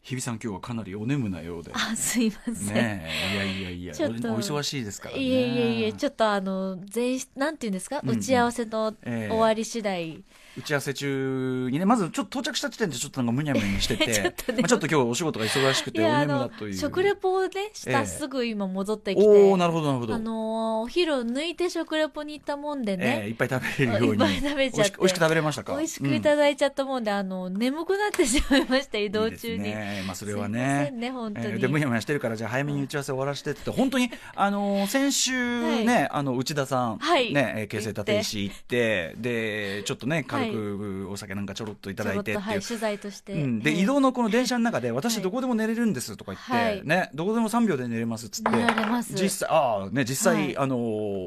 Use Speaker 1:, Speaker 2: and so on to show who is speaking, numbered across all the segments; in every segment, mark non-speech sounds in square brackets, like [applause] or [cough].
Speaker 1: 日比さん今日はかなりお眠なようで。
Speaker 2: あすいません、
Speaker 1: ねえ、いやいやいや、
Speaker 2: ち
Speaker 1: お
Speaker 2: ょっと
Speaker 1: お忙しいですからね。
Speaker 2: いえいえいえちょっとあの全員なんていうんですか、
Speaker 1: うんうん
Speaker 2: 打ち合わせの終わり次第、
Speaker 1: 打ち合わせ中にね、まずちょっと到着した時点でちょっとなんかむにゃむにゃしてて、
Speaker 2: [laughs] ちょっとね
Speaker 1: まあ、ちょっと今日お仕事が忙しく
Speaker 2: い
Speaker 1: て、お
Speaker 2: やあ
Speaker 1: 眠だ
Speaker 2: の
Speaker 1: という。
Speaker 2: 食レポをねし
Speaker 1: ええ
Speaker 2: たすぐ今戻ってきて、
Speaker 1: おおなるほどなるほど。
Speaker 2: あのーお昼を抜いて食レポに行ったもんで
Speaker 1: え
Speaker 2: ね、
Speaker 1: えいっぱい食べれるように。
Speaker 2: いっぱい食べちゃ
Speaker 1: お
Speaker 2: って
Speaker 1: いしく美味しく食べれましたか
Speaker 2: 美味しくいただいちゃったもんで、あの眠くなってしまいました移
Speaker 1: うんい
Speaker 2: 動
Speaker 1: いです
Speaker 2: 中に。
Speaker 1: ね。まあそれは
Speaker 2: すいま
Speaker 1: ね
Speaker 2: せん。ね本当に、
Speaker 1: えーでむやむやしてるからじゃあ早めに打ち合わせ終わらせて
Speaker 2: [laughs]
Speaker 1: って本当にあのー先週ね、あの内田さん、
Speaker 2: はい
Speaker 1: ねえー京成立石行ってでちょっとね軽くお酒なんかちょろっといただいてっていう、
Speaker 2: はい、取材として、
Speaker 1: うん、で
Speaker 2: ええ
Speaker 1: 移動のこの電車の中で
Speaker 2: は
Speaker 1: 私
Speaker 2: い
Speaker 1: どこでも寝れるんですとか言って、
Speaker 2: はい
Speaker 1: ねどこでも3秒で寝れますっつって
Speaker 2: 寝られます
Speaker 1: 実際ああね実際、
Speaker 2: はい
Speaker 1: あのー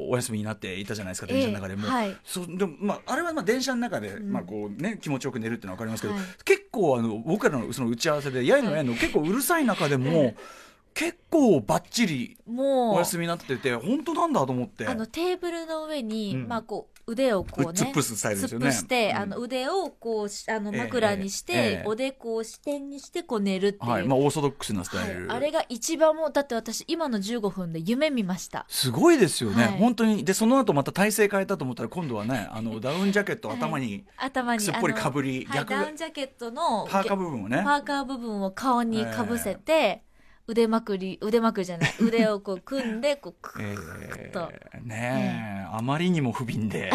Speaker 1: お休みになっていたじゃないですか電車の中でも、
Speaker 2: ええはい
Speaker 1: そでもまああれはまあ電車の中で、
Speaker 2: ん
Speaker 1: まあこうね気持ちよく寝るってのは分かりますけど、
Speaker 2: はい
Speaker 1: 結構あの僕らのその打ち合わせでやいのやいの結構うるさい中でも結構ばっちり
Speaker 2: もう
Speaker 1: お休みになってて本当なんだと思って
Speaker 2: あのテーブルの上に、
Speaker 1: うん
Speaker 2: まあこう腕をこうね
Speaker 1: ツップススタイルですよね
Speaker 2: 突っ伏して、
Speaker 1: うん
Speaker 2: あの腕をこうしあの
Speaker 1: ええ
Speaker 2: 枕にして、
Speaker 1: ええ
Speaker 2: おでこを支点にしてこう寝るっていう、
Speaker 1: はいまあオーソドックスなスタイル、
Speaker 2: はいあれが一番もうだって私今の15分で夢見ました
Speaker 1: すごいですよね、
Speaker 2: はい
Speaker 1: 本当にでその後また体勢変えたと思ったら今度はねあのダウンジャケット頭に
Speaker 2: 頭に
Speaker 1: すっぽりかぶ
Speaker 2: あ
Speaker 1: り
Speaker 2: のはい
Speaker 1: 逆が
Speaker 2: ダウンジャケットの
Speaker 1: パーカー部分をね
Speaker 2: パーカー部分を顔にかぶせて、腕まくり腕まくり
Speaker 1: [laughs]
Speaker 2: じゃない腕をこう組んでこうク
Speaker 1: えー
Speaker 2: ッと
Speaker 1: ねえ、あまりにも不憫
Speaker 2: [laughs]
Speaker 1: で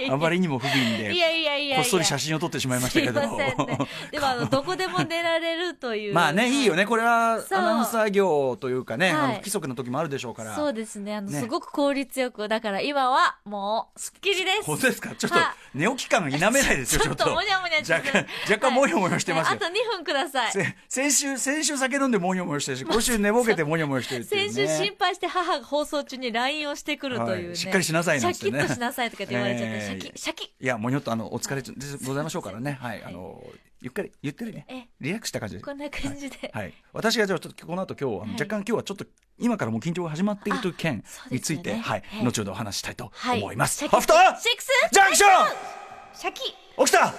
Speaker 2: い
Speaker 1: あまりにも不憫
Speaker 2: や
Speaker 1: で
Speaker 2: [laughs] いやいやいや
Speaker 1: こっそり写真を撮ってしまいましたけど
Speaker 2: すいませんねでもあのどこでも寝られるという
Speaker 1: まあねいいよねこれは
Speaker 2: そう
Speaker 1: アナウンサー業というかね、
Speaker 2: はい
Speaker 1: あの不規則な時もあるでしょうから
Speaker 2: そうですねあの
Speaker 1: ね
Speaker 2: すごく効率よくだから今はもうすっきりです
Speaker 1: 本当ですかちょっと
Speaker 2: は
Speaker 1: 寝起き感否めないですよ
Speaker 2: ち
Speaker 1: ちょ
Speaker 2: ょっ
Speaker 1: っ
Speaker 2: と
Speaker 1: と
Speaker 2: もにゃもにゃして
Speaker 1: 若干若干もやもやしてます
Speaker 2: はい
Speaker 1: よ
Speaker 2: あと2分ください
Speaker 1: せ先週先週酒飲んでもにょもにょしてるし今週寝ぼけてもにょもにょしてるっていう、ね、
Speaker 2: 先週心配して母が放送中に LINE をしてくるというね、
Speaker 1: はいしっかりしなさいなんつってね
Speaker 2: シャキッとしなさいとかって言われちゃって、
Speaker 1: えー
Speaker 2: シャキッシャキッ
Speaker 1: いや、もうちょっとあの、お疲れでございましょうからね。はい。あの、ゆっくり、ゆったりね
Speaker 2: え。
Speaker 1: リラックスした感じで。
Speaker 2: こんな感じで、
Speaker 1: はい。私がじゃあちょっとこの後今日、あの
Speaker 2: はい
Speaker 1: 若干今日はちょっと、今からもう緊張が始まっているという件
Speaker 2: そうですよね
Speaker 1: について、はい
Speaker 2: え。え
Speaker 1: 後ほどお話ししたいと
Speaker 2: はい
Speaker 1: 思います。
Speaker 2: シャキッ
Speaker 1: アフター
Speaker 2: シックス
Speaker 1: ジャンクショ
Speaker 2: シャキッ
Speaker 1: ン起きた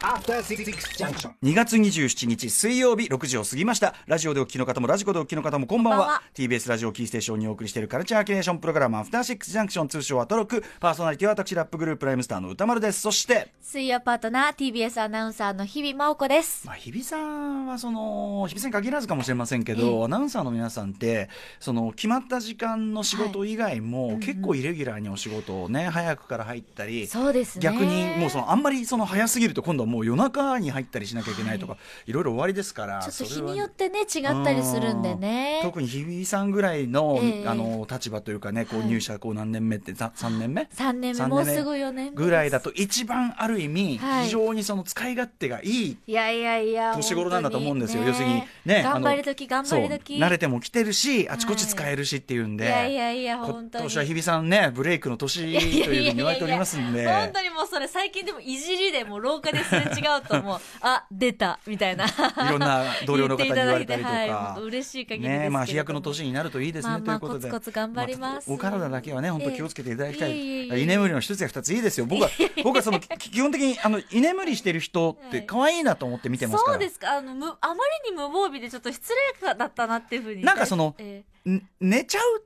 Speaker 3: After Six Junction.
Speaker 1: 2月27日水曜日6時を過ぎましたラジオでお聞きの方もラジコでお聞きの方もこんばんは
Speaker 2: こんばんは
Speaker 1: TBS ラジオキーステーションにお送りしているカルチャーキュレーションプログラム「アフターシックスジャンクション」通称はトロクパーソナリティは私ラップグループライムスターの歌丸ですそして
Speaker 2: 水曜パートナー TBS アナウンサーの日々真央子です
Speaker 1: まあ、日比さんはその日比さんに限らずかもしれませんけど、アナウンサーの皆さんってその決まった時間の仕事以外も、結構イレギュラーにお仕事をね早くから入ったり、
Speaker 2: そうですね
Speaker 1: 逆にもうそのあんまりその早すぎると今度はもう夜中に入ったりしなきゃいけないとか、い、ろいろ終わりですから
Speaker 2: ちょっと
Speaker 1: そ
Speaker 2: 日
Speaker 1: れは
Speaker 2: によってね違ったりするんでね
Speaker 1: 特に日比さんぐらいの,、
Speaker 2: ええ
Speaker 1: あの立場というかねこう
Speaker 2: はい
Speaker 1: 入社こう何年目って、ざ三3年目
Speaker 2: 3年目
Speaker 1: 三
Speaker 2: もうすぐ4年目です
Speaker 1: ぐらいだと一番ある意味、
Speaker 2: はい
Speaker 1: 非常にその使い勝手がいい
Speaker 2: いやいやいや
Speaker 1: 年頃なんだと思うんですよ、
Speaker 2: 本
Speaker 1: 要す
Speaker 2: 当
Speaker 1: るにね
Speaker 2: 頑張り
Speaker 1: と
Speaker 2: 時
Speaker 1: き
Speaker 2: 頑張り時
Speaker 1: 慣れても来てるしあちこち使えるしっていうんで、
Speaker 2: いやいやいや本当
Speaker 1: 今
Speaker 2: に
Speaker 1: 年は日比さんねブレイクの年と
Speaker 2: いやい
Speaker 1: いう
Speaker 2: や
Speaker 1: ふ
Speaker 2: いうやいや
Speaker 1: に言われておりますんで
Speaker 2: 本当にもうそれ最近でもいじりでもう廊下ですれ違うともう [laughs] あ出たみたいない
Speaker 1: ろんな同僚の方に言われたりと
Speaker 2: 言っていだいてはい、本
Speaker 1: か
Speaker 2: 当。嬉しい限りですけれども
Speaker 1: ねまあ飛躍の年になるといいですね、
Speaker 2: まあまあ
Speaker 1: ということで
Speaker 2: コツコツ頑張ります
Speaker 1: あお体だけはね本当気をつけていただきた
Speaker 2: ええいえい
Speaker 1: い、
Speaker 2: えいえ
Speaker 1: 居眠りの一つや二ついいですよ僕は僕はそのき基本的にあの居眠りしてる人って可愛いなと思って見てますから、
Speaker 2: そうですかあのむあまりに無防備でちょっと失礼だったなっていうふうに
Speaker 1: なんかその
Speaker 2: ええ
Speaker 1: ん寝ちゃう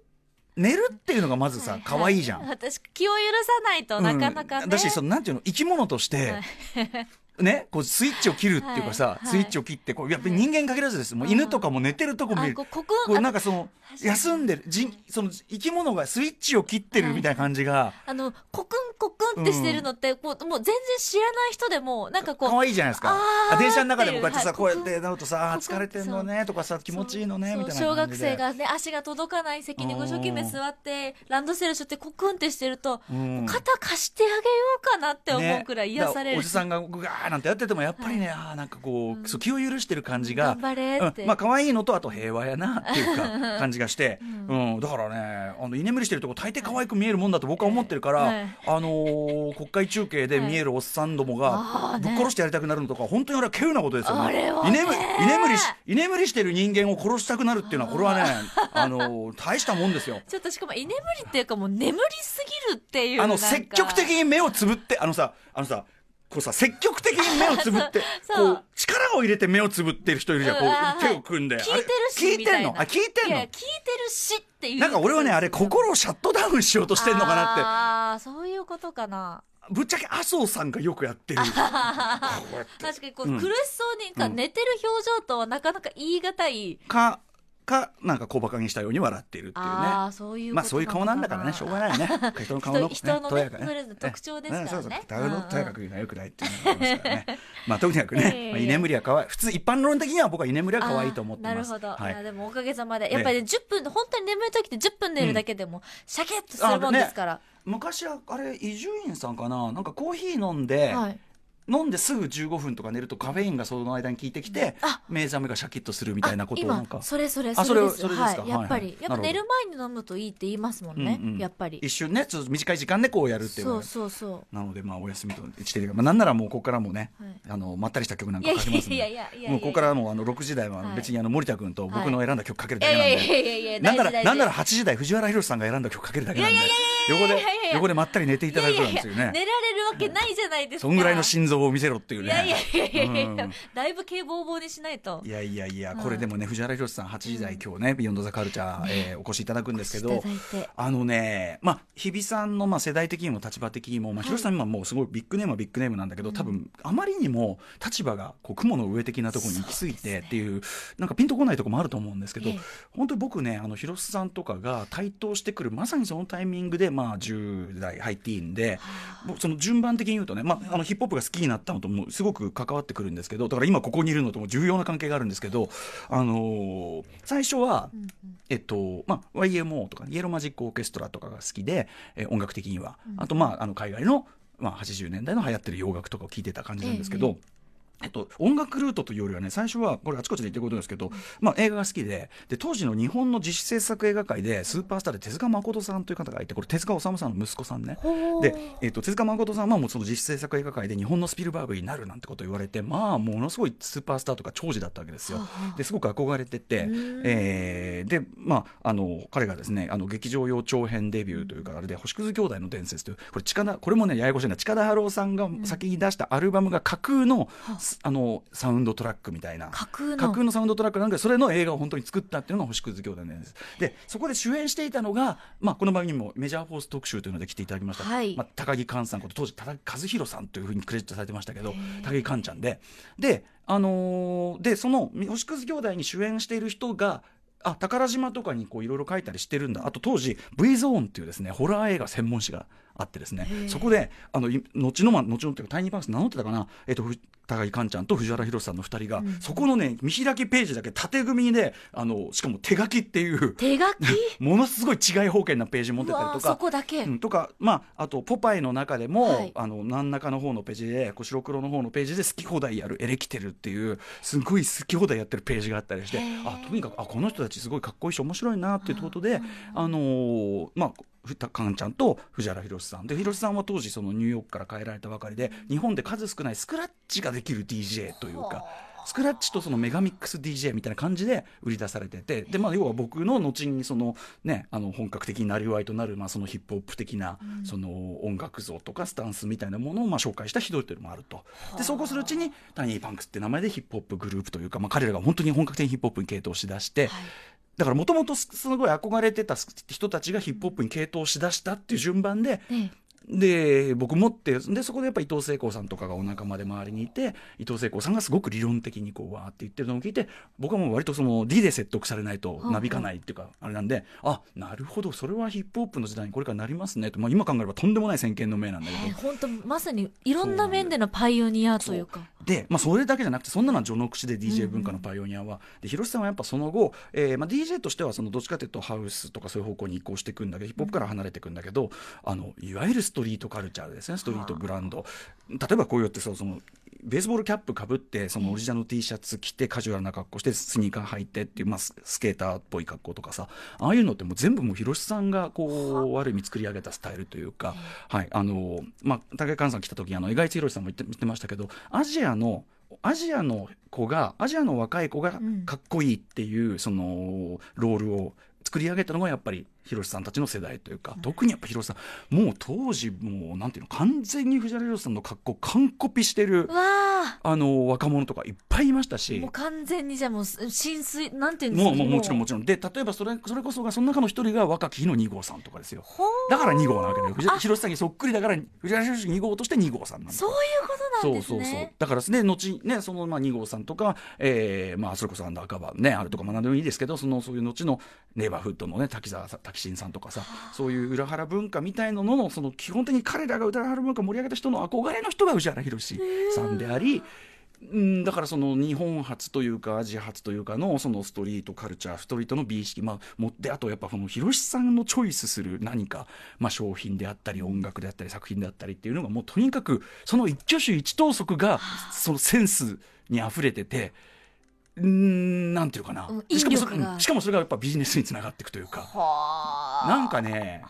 Speaker 1: 寝るっていうのがまずさ可愛いじ
Speaker 2: [laughs]
Speaker 1: ゃん、
Speaker 2: 私気を許さないとなかなかね、
Speaker 1: うん、だしそのなんていうの生き物として、
Speaker 2: はい
Speaker 1: [laughs] ねこうスイッチを切るっていうかさ、
Speaker 2: はい
Speaker 1: スイッチを切ってこうやっぱり人間に限らずです、もう
Speaker 2: はい
Speaker 1: 犬とかも寝てるとこ見
Speaker 2: あ
Speaker 1: る
Speaker 2: こ
Speaker 1: こ
Speaker 2: うここ
Speaker 1: うなんかその
Speaker 2: 確かに
Speaker 1: 休んでるじその生き物がスイッチを切ってるみたいな感じが
Speaker 2: あのコクンコクンってしてるのって、こうもう全然知らない人でもなんかこう
Speaker 1: 可愛いじゃないですか
Speaker 2: あー
Speaker 1: あ電車の中でもこうやって
Speaker 2: は
Speaker 1: さ
Speaker 2: い
Speaker 1: こうやってなるとさあ
Speaker 2: ここ
Speaker 1: 疲れてんのねとかさ気持ちいいのね
Speaker 2: そう
Speaker 1: みたいな感じ
Speaker 2: そう小学生
Speaker 1: で。
Speaker 2: がね足が届かない席にご一生懸命座ってランドセルしょってコクンってしてると、
Speaker 1: うん
Speaker 2: 肩貸してあげようかなって思うくらい癒
Speaker 1: ねだ
Speaker 2: され
Speaker 1: から
Speaker 2: る、
Speaker 1: おじさんがグガーなんてやっててもやっぱりね、あーなんかこう、そう気を許してる感じが
Speaker 2: 頑張れって
Speaker 1: うんまあ可愛いのとあと平和やなっていうか感じが
Speaker 2: [laughs]
Speaker 1: して、うんだからねあの居眠りしてるとこ大抵可愛く見えるもんだと僕は思ってるから、
Speaker 2: はい
Speaker 1: あのー国会中継で見えるおっさんどもが、
Speaker 2: あーね
Speaker 1: ぶっ殺してやりたくなるのとか本当にあれは稀有なことですよ
Speaker 2: あれはね
Speaker 1: 居眠り居眠りし居眠りしてる人間を殺したくなるっていうのはこれはね
Speaker 2: [laughs]
Speaker 1: あのー大したもんですよ。
Speaker 2: ちょっとしかも居眠りっていうかもう眠りすぎるっていう
Speaker 1: あ
Speaker 2: な
Speaker 1: の
Speaker 2: んか
Speaker 1: 積極的に目をつぶってあのさあのさこうさ積極的に目をつぶって
Speaker 2: [laughs] そう
Speaker 1: こう力を入れて目をつぶってる人いるじゃんこ
Speaker 2: うんあ
Speaker 1: う
Speaker 2: ー
Speaker 1: 手を組んで、
Speaker 2: 聞いてる
Speaker 1: あれ
Speaker 2: し
Speaker 1: 聞い
Speaker 2: み
Speaker 1: て
Speaker 2: た
Speaker 1: ん
Speaker 2: い
Speaker 1: の
Speaker 2: な
Speaker 1: あ聞いてん
Speaker 2: いや
Speaker 1: の
Speaker 2: 聞いてるしっていう
Speaker 1: なんか俺はねあれ心をシャットダウンしようとしてんのかなっ
Speaker 2: ああそういうことかな
Speaker 1: てぶっちゃけ麻生さんがよくやって
Speaker 2: [laughs]
Speaker 1: るこうやって
Speaker 2: 確かにこ
Speaker 1: う
Speaker 2: うん苦しそうにか、
Speaker 1: うん
Speaker 2: 寝てる表情とはなかなか言い難い
Speaker 1: かかなんか小馬鹿にしたように笑っているっていうね
Speaker 2: ああそういうこと
Speaker 1: まあそういう顔なんだからねしょうがないね
Speaker 2: [laughs]
Speaker 1: 人の顔の、ね、
Speaker 2: 人人のね
Speaker 1: とやかね
Speaker 2: それぞれ特徴ですからね
Speaker 1: うんそうそう
Speaker 2: うんうん
Speaker 1: だからとやかく言うのはよくないっていうのがありますからね [laughs] まあとにかく
Speaker 2: いえい
Speaker 1: ね
Speaker 2: え
Speaker 1: まあ居眠りは可愛い普通一般論的には僕は居眠りは可愛いと思ってます
Speaker 2: あーなるほど、
Speaker 1: はい
Speaker 2: いやでもおかげさまでやっぱり、ね、10分本当に眠い時って10分寝るだけでも、シャキッとするもんですから、
Speaker 1: 昔はあれ伊集院さんかななんかコーヒー飲んで、
Speaker 2: はい
Speaker 1: 飲んですぐ15分とか寝るとカフェインがその間に効いてきて
Speaker 2: あ
Speaker 1: 目覚めがシャキッとするみたいなことをなんか
Speaker 2: 今それそれ
Speaker 1: あ
Speaker 2: それです
Speaker 1: それそれですか
Speaker 2: はい、やっぱり、
Speaker 1: はいはい
Speaker 2: やっぱ
Speaker 1: な
Speaker 2: 寝
Speaker 1: る
Speaker 2: る
Speaker 1: ほ
Speaker 2: 前に飲むといいって言いますもんね、
Speaker 1: うんうん
Speaker 2: やっぱり
Speaker 1: 一瞬ねちょっと短い時間でこうやるっていうの
Speaker 2: そ
Speaker 1: が
Speaker 2: うそうそ
Speaker 1: なのでまあお休みとしてるまあなんならもうここからもね、
Speaker 2: はい
Speaker 1: あのまったりした曲なん
Speaker 2: うい
Speaker 1: か
Speaker 2: やい
Speaker 1: かけますんで
Speaker 2: やいやいやいや
Speaker 1: もうここからもうあの6時台はあの
Speaker 2: はい
Speaker 1: 別にあの森田君と僕の選んだ曲かける
Speaker 2: い
Speaker 1: だ
Speaker 2: や
Speaker 1: けなん
Speaker 2: いや
Speaker 1: で、
Speaker 2: いやいやいや
Speaker 1: なんな
Speaker 2: 大
Speaker 1: ら
Speaker 2: 事
Speaker 1: なんなら
Speaker 2: 大事
Speaker 1: 8時台藤原宏さんが選んだ曲かけるだけなんで
Speaker 2: いやいや
Speaker 1: 横で
Speaker 2: いやいやいや
Speaker 1: 横でまったり寝ていただくなんですよ
Speaker 2: いやいや寝
Speaker 1: ね
Speaker 2: られるわけないじゃないですか
Speaker 1: そんぐらいの心臓を見せろっていう
Speaker 2: い
Speaker 1: ね
Speaker 2: やいやいやいやいや、
Speaker 1: うん
Speaker 2: だいぶ警棒棒にしないと
Speaker 1: いやいやいや、
Speaker 2: うん
Speaker 1: これでもね、藤原宏さん、8時台、今日ね、ビヨンドザカルチャー、えーお越しいただくんですけ
Speaker 2: お
Speaker 1: ど
Speaker 2: 越しいただいて、
Speaker 1: あのね、まあ、日比さんのまあ世代的にも立場的にも、まあ、広瀬さん、今もうすごいビッグネームはビッグネームなんだけど、多分あまりにも立場がこう雲の上的なところに行き過ぎてっていう、なんかピンとこないところもあると思うんですけど
Speaker 2: ええ、
Speaker 1: 本当に僕ね、あの広瀬さんとかが台頭してくる、まさにそのタイミングで、まあ、10代、ハイティーンで、僕その順番的に言うとね、まあ、あのヒップホップが好きになったのともすごく関わってくるんですけどだから今ここにいるのとも重要な関係があるんですけど、あのー最初は、えっとまあ、YMO とかイエローマジックオーケストラとかが好きで、えー音楽的には、あと、まあ、あの海外の、まあ、80年代の流行ってる洋楽とかを聴いてた感じなんですけど。
Speaker 2: ええ
Speaker 1: えっと、音楽ルートというよりはね最初はこれあちこちで言ってることですけど、まあ、映画が好きでで当時の日本の自主制作映画界でスーパースターで手塚誠さんという方がいてこれ手塚治虫さんの息子さんね
Speaker 2: ほう
Speaker 1: で、えっと手塚誠さんはもうその実施制作映画界で日本のスピルバーグになるなんてことを言われてまあものすごいスーパースターとか長寿だったわけですよ
Speaker 2: はあはあ
Speaker 1: ですごく憧れてて
Speaker 2: うん、
Speaker 1: えーでまああの彼がですねあの劇場用長編デビューというかあれで「星屑兄弟の伝説」というこれ近田これもねややこしいな近田春夫さんが先に出したアルバムが架空の,、あのサウンドトラックみたいな
Speaker 2: 架空の
Speaker 1: 架空のサウンドトラックなんでそれの映画を本当に作ったっていうのが星屑兄弟なんですでそこで主演していたのが、まあ、この番組にもメジャーフォース特集というので来ていただきました、
Speaker 2: はい
Speaker 1: まあ、高木寛さんこと当時高木和弘さんというふうにクレジットされてましたけど高木寛ちゃんでで,、あのーでその星屑兄弟に主演している人があ宝島とかにこういろいろ書いたりしてるんだあと当時 V ゾーンっていうですねホラー映画専門誌があってですねそこであのい後のま後のっていうかタイニーパンクス名乗ってたかな、えっとふ高木寛ちゃんと藤原宏さんの2人が、そこのね見開きページだけ縦組みであのしかも手書きっていう
Speaker 2: 手書き
Speaker 1: ものすごい違い方形なページ持って
Speaker 2: う
Speaker 1: たり
Speaker 2: わ
Speaker 1: と
Speaker 2: ー
Speaker 1: か
Speaker 2: そこだけ、
Speaker 1: うん、とか、まあ、あと「ポパイ」の中でも、
Speaker 2: はい
Speaker 1: あの何らかの方のページでこう白黒の方のページで好き放題やるエレキテルっていうすごい好き放題やってるページがあったりしてあとにかくあこの人たちすごいかっこいいし面白いなっていうことで、あのーまあふたかんちゃんと藤原宏さんで広瀬さんは当時そのニューヨークから帰られたばかりで日本で数少ないスクラッチができる DJ というか。スクラッチとそのメガミックス DJ みたいな感じで売り出されててで、まあ、要は僕の後にその、ね、あの本格的になりわいとなる、まあ、そのヒップホップ的なその音楽像とかスタンスみたいなものをまあ紹介した一人というのもあるとでそうこうするうちにタニーパンクスって名前でヒップホップグループというか、まあ、彼らが本当に本格的にヒップホップに傾倒しだして。だからもともとすすごい憧れてた人たちがヒップホップに傾倒しだしたっていう順番で、
Speaker 2: ね
Speaker 1: で僕もってでそこでやっぱ伊藤聖子さんとかがお仲間で周りにいて伊藤聖子さんがすごく理論的にこうわーって言ってるのを聞いて僕はもう割とその D で説得されないとなびかないっていうかあれなんであなるほどそれはヒップホップの時代にこれからなりますねと、まあ、今考えればとんでもない先見の明なんだけど
Speaker 2: え。本当まさにいろんな面でのパイオニアというか
Speaker 1: で、まあ、それだけじゃなくてそんなのは序の口で DJ 文化のパイオニアは、で広瀬さんはやっぱその後、えーまあ、DJ としてはそのどっちかというとハウスとかそういう方向に移行していくんだけどヒップホップから離れていくんだけどあのいわゆるストリートカルチャーですねストリートブランド、例えばこうやってそうそのベースボールキャップかぶってそのオリジナルの T シャツ着てカジュアルな格好してスニーカー履いてっていう、まあ、ススケーターっぽい格好とかさああいうのってもう全部もう広瀬さんがこうある意味作り上げたスタイルというか、はいあのまあ、武井寛さん来た時あの江賀一博さんも言って言ってましたけどアジアのアジアの子がアジアの若い子が
Speaker 2: ん
Speaker 1: かっこいいっていう、そのロールを作り上げたのがやっぱり広瀬さんたちの世代というか特にやっぱ広瀬さんもう当時もうなんていうの完全に藤原宏さんの格好完コピしてる
Speaker 2: うわ
Speaker 1: あの若者とかいっぱいいました
Speaker 2: ー
Speaker 1: し
Speaker 2: もう。完全にじゃあもう浸水なんていうんです
Speaker 1: も
Speaker 2: か
Speaker 1: うもうもちろんも
Speaker 2: う
Speaker 1: ちろんで例えばそれそれこそがその中の一人が若き日の2号さんとかですよ
Speaker 2: ほー
Speaker 1: だから2号なわけだよ藤
Speaker 2: あ
Speaker 1: 広瀬さんにそっくりだから藤原宏2号として2号さんなんだ
Speaker 2: そういうことなんですね
Speaker 1: だからですね後ねそのまあ2号さんとか、えーまあ、それこそアンダーカバーねあれとか学んでもいいですけどそのそういう後のネイバーフッドのね滝沢さん滝新さんとかさそういう裏腹文化みたいなののその基本的に彼らが裏腹文化を盛り上げた人の憧れの人が宇治原宏さんであり。うん、だからその日本初というかアジア初というかのそのストリートカルチャーストリートの美意識、まあ、持ってあとやっぱこの広志さんのチョイスする何か、まあ、商品であったり音楽であったり作品であったりっていうのがもうとにかくその一挙手一投足がそのセンスにあふれてて。うんなんていうかな、
Speaker 2: うん
Speaker 1: しかもそ
Speaker 2: 引力が
Speaker 1: うんしかもそれがやっぱビジネスにつながっていくというか
Speaker 2: はあ
Speaker 1: なんかね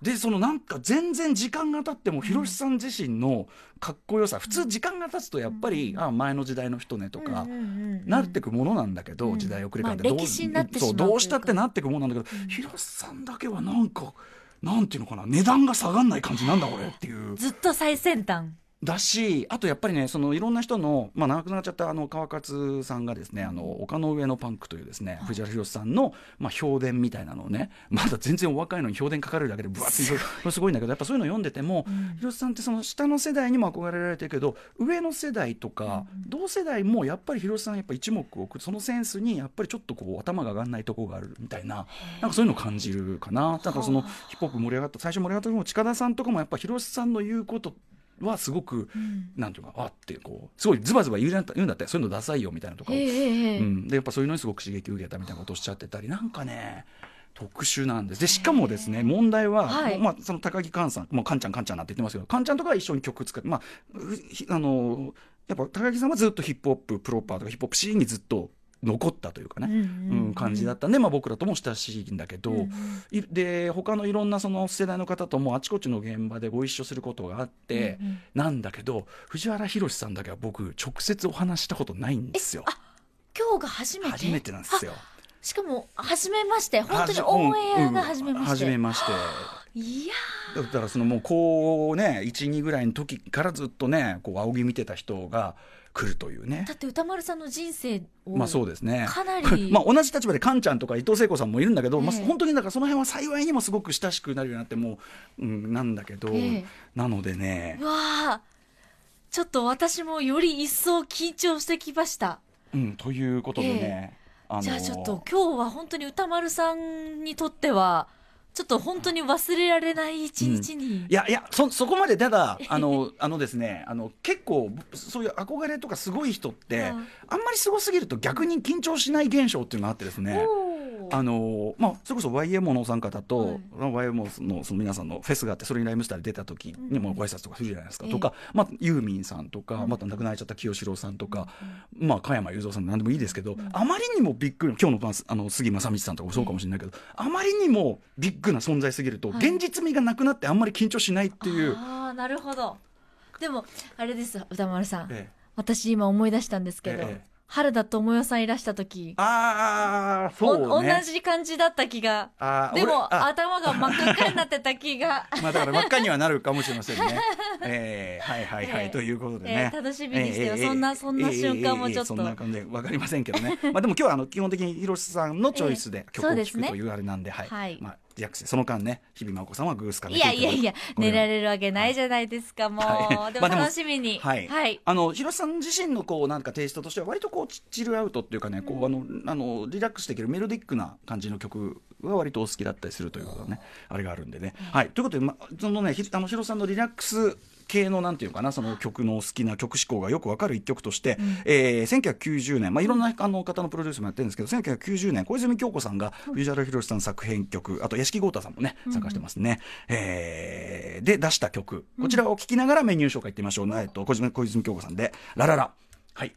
Speaker 1: でそのなんか全然時間が経っても広瀬さん自身のかっこよさ、普通時間が経つとやっぱり、あ前の時代の人ねとか、
Speaker 2: うんうんうんうん
Speaker 1: なってくものなんだけど、
Speaker 2: うん
Speaker 1: 時代遅れ感で、
Speaker 2: ま
Speaker 1: ど
Speaker 2: あ
Speaker 1: う
Speaker 2: 歴史になってしまう
Speaker 1: そう
Speaker 2: というか
Speaker 1: どうしたってなってくものなんだけど、広瀬さんだけはなんかなんていうのかな値段が下がんない感じなんだこれっていう。
Speaker 2: ずっと最先端
Speaker 1: だしあとやっぱりねそのいろんな人の、まあ、亡くなっちゃったあの川勝さんがですね「あの丘の上のパンク」というですね藤原宏さんの、まあ、評伝みたいなのをねまだ全然お若いのに評伝書かれるだけで分厚いすごすごいんだけどやっぱそういうの読んでても、広瀬さんってその下の世代にも憧れられてるけど上の世代とか、同世代もやっぱり広瀬さんやっぱ一目置くそのセンスにやっぱりちょっとこう頭が上がらないとこがあるみたいななんかそういうのを感じるかな。だからそのヒップホップ盛り上がった最初盛り上がった時も近田さんとかもやっぱ広瀬さんの言うことはすごく、なんていうかあってこうすごいズバズバ言うな言うんだってそういうのダサいよみたいなとか、
Speaker 2: ええええ
Speaker 1: う
Speaker 2: ええ
Speaker 1: ん、でやっぱそういうのにすごく刺激受けたみたいなことをおっしゃってたりなんかね特殊なんですでしかもですね問題は、
Speaker 2: はい
Speaker 1: まあ、その高木寛さん、まあ、カンちゃんカンちゃんなんて言ってますけどカンちゃんとかは一緒に曲作ってまあうひあのやっぱ高木さんはずっとヒップホッププロパーとかヒップホップシーンにずっと残ったというかね、
Speaker 2: うん
Speaker 1: うん、感じだったんで、まあ、僕らとも親しいんだけど、いで他のいろんなその世代の方ともあちこちの現場でご一緒することがあって、
Speaker 2: うんうん
Speaker 1: なんだけど藤原宏さんだけは僕直接お話したことないんですよ。
Speaker 2: 今日が初めて
Speaker 1: 初めてなんですよ。
Speaker 2: あしかも初めまして本当に
Speaker 1: はじ
Speaker 2: オンエアが初めま
Speaker 1: う
Speaker 2: して、
Speaker 1: んうん初めまして
Speaker 2: いや
Speaker 1: だからそのもうこうね12ぐらいの時からずっとねこう仰ぎ見てた人が来るというね
Speaker 2: ーだって歌丸さんの人生を
Speaker 1: まあそうですね。
Speaker 2: かな
Speaker 1: [laughs]
Speaker 2: り
Speaker 1: まあ同じ立場でカンちゃんとか伊藤聖子さんもいるんだけど、まあ
Speaker 2: ええ
Speaker 1: 本当にだからその辺は幸いにもすごく親しくなるようになってもう、うん、なんだけど、
Speaker 2: ええ
Speaker 1: なのでね
Speaker 2: う、わあちょっと私もより一層緊張してきました
Speaker 1: うん、ということでね、あの
Speaker 2: じゃあちょっと今日は本当に歌丸さんにとってはちょっと本当に忘れられない一日に、
Speaker 1: いやいやそそこまでた
Speaker 2: [laughs]
Speaker 1: だあのあのですねあの結構そういう憧れとかすごい人って、
Speaker 2: うん
Speaker 1: あんまりすごすぎると逆に緊張しない現象っていうのがあってですね。
Speaker 2: おー
Speaker 1: あのまあ、それこそ YMO のお三方
Speaker 2: は
Speaker 1: と、
Speaker 2: い
Speaker 1: まあ YMO のその皆さんのフェスがあってそれにライムスターで出た時にもご挨拶とかするじゃないですか、
Speaker 2: ええ
Speaker 1: とか、まあ、ユーミンさんとか、また亡くなっちゃった清志郎さんとか、まあ、加山雄三さんなんでもいいですけど、あまりにもビッグな今日のパンスあの杉正道さんとかもそうかもしれないけど、あまりにもビッグな存在すぎると、
Speaker 2: はい
Speaker 1: 現実味がなくなってあんまり緊張しないっていう。
Speaker 2: ああなるほどでもあれです歌丸さん、
Speaker 1: ええ
Speaker 2: 私今思い出したんですけど、
Speaker 1: ええ
Speaker 2: 原田知世さんいらした時
Speaker 1: ああそうね
Speaker 2: お同じ感じだった気が
Speaker 1: あー
Speaker 2: でも
Speaker 1: 俺あ
Speaker 2: 頭が真っ赤っかになってた
Speaker 1: [laughs]
Speaker 2: 気が
Speaker 1: まあだから真っ赤にはなるかもしれませんね。えー、はいはいはい、
Speaker 2: えー
Speaker 1: ということで
Speaker 2: え
Speaker 1: ね、
Speaker 2: ー楽しみにしてよ
Speaker 1: えーえー
Speaker 2: そんなそんな瞬間もちょっと
Speaker 1: えーえーえーそんな感じでわかりませんけどね。まあでも今日はあの基本的に広瀬さんのチョイス
Speaker 2: え
Speaker 1: で
Speaker 2: ー
Speaker 1: 曲を
Speaker 2: そうで
Speaker 1: 聴
Speaker 2: す
Speaker 1: く
Speaker 2: ね
Speaker 1: というあれなんで、はい。
Speaker 2: はい
Speaker 1: まあ略してその間ね、日々真央子さんはグースから
Speaker 2: いやいやいや寝ら
Speaker 1: る。
Speaker 2: れるわけないじゃないですかもう、
Speaker 1: はい
Speaker 2: で
Speaker 1: ま
Speaker 2: も
Speaker 1: あでも
Speaker 2: 楽しみに
Speaker 1: はい、
Speaker 2: はい、
Speaker 1: あの広瀬さん自身のこうなんかテイストとしては割とこうチチルアウトっていうかね、こうあのあのリラックスできるメロディックな感じの曲は割とお好きだったりするということねあれがあるんでね。はいということで、ま、そのねひあの広瀬さんのリラックス系のなんていうかなその曲の好きな曲志向がよくわかる一曲として、えー1990年、まあ、いろんなあの方のプロデュースもやってるんですけど1990年小泉京子さんが藤原宏さんの作編曲あと屋敷豪太さんもね参加してますね、えーで出した曲こちらを聴きながらメニュー紹介いってみましょう、えっと小泉小泉京子さんで「ラララ」はい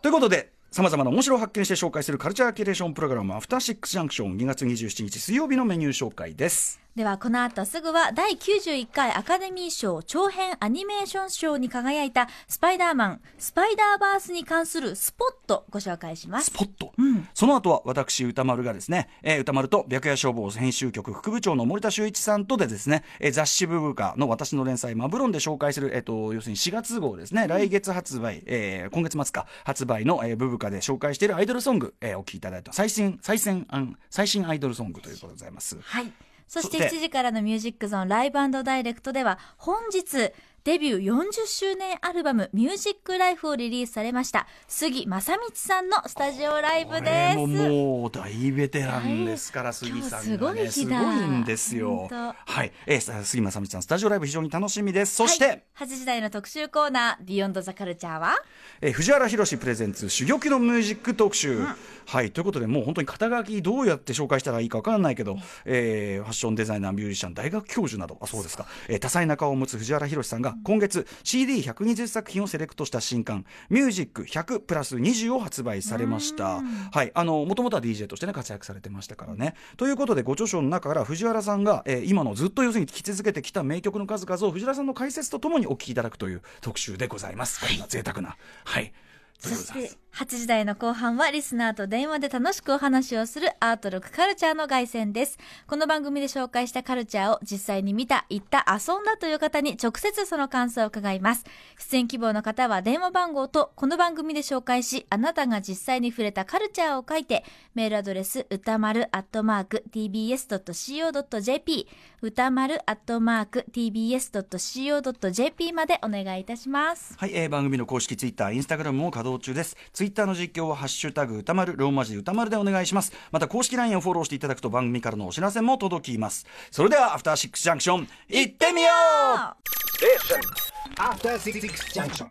Speaker 1: ということでさまざまな面白を発見して紹介するカルチャーキュレーションプログラム「アフターシックスジャンクション」2月27日水曜日のメニュー紹介です。
Speaker 2: ではこの後すぐは第91回アカデミー賞長編アニメーション賞に輝いたスパイダーマン、スパイダーバースに関するスポットご紹介しま
Speaker 1: ス
Speaker 2: す。
Speaker 1: ポット、
Speaker 2: うん
Speaker 1: その後は私歌丸がですね、えー歌丸と白夜消防編集局副部長の森田修一さんとでですね、えー雑誌ブブカの私の連載マブロンで紹介する、えー、と要するに4月号ですね、来月発売、えー今月末か発売の、えーブブカで紹介しているアイドルソング、えーお聴きいただいた最新最新アン最新アイドルソングということでございます。
Speaker 2: はい。そして
Speaker 1: そして
Speaker 2: 7時からのミュージックゾーンライブダイレクトでは本日デビュー40周年アルバムミュージックライフをリリースされました杉正道さんのスタジオライブ
Speaker 1: こ
Speaker 2: で
Speaker 1: れ
Speaker 2: す。
Speaker 1: ももう大ベテランですから、
Speaker 2: はい
Speaker 1: 杉さんが、
Speaker 2: 今
Speaker 1: ね、
Speaker 2: 日す
Speaker 1: す
Speaker 2: ご
Speaker 1: ご
Speaker 2: い日だ
Speaker 1: いんですよ
Speaker 2: 本当。
Speaker 1: はい、えーさ杉正美さんスタジオライブ非常に楽しみです。そして、
Speaker 2: はい、8時台の特集コーナー「ビヨンドザカルチャーは
Speaker 1: えー藤原宏プレゼンツ珠玉のミュージック特集、はいということでもう本当に肩書きどうやって紹介したらいいか分からないけど、えーファッションデザイナーミュージシャン大学教授などあそうですか、えー多彩な顔を持つ藤原宏さんが今月 CD120 作品をセレクトした新刊「ミュージック100プラス20」を発売されましたはいあのもともとは DJ としてね活躍されてましたからねということでご著書の中から藤原さんが、えー今のずっと要するに聴き続けてきた名曲の数々を藤原さんの解説とともにお聴きいただくという特集でございます、こんな贅沢なはいということでございます
Speaker 2: 8時台の後半はリスナーと電話で楽しくお話をするアートロックカルチャーの凱旋ですこの番組で紹介したカルチャーを実際に見た行った遊んだという方に直接その感想を伺います出演希望の方は電話番号とこの番組で紹介しあなたが実際に触れたカルチャーを書いてメールアドレス歌丸アットマーク tbs.co.jp 歌丸アットマーク tbs.co.jp までお願いいたします
Speaker 1: はい、えー番組の公式ツイッター、インスタグラムも稼働中です。ツイッターの実況はハッシュタグ歌丸、ローマ字で歌丸でお願いします。また公式 LINE をフォローしていただくと番組からのお知らせも届きます。それでは、アフターシックスジャンクション、行ってみよう
Speaker 3: After Six Junction.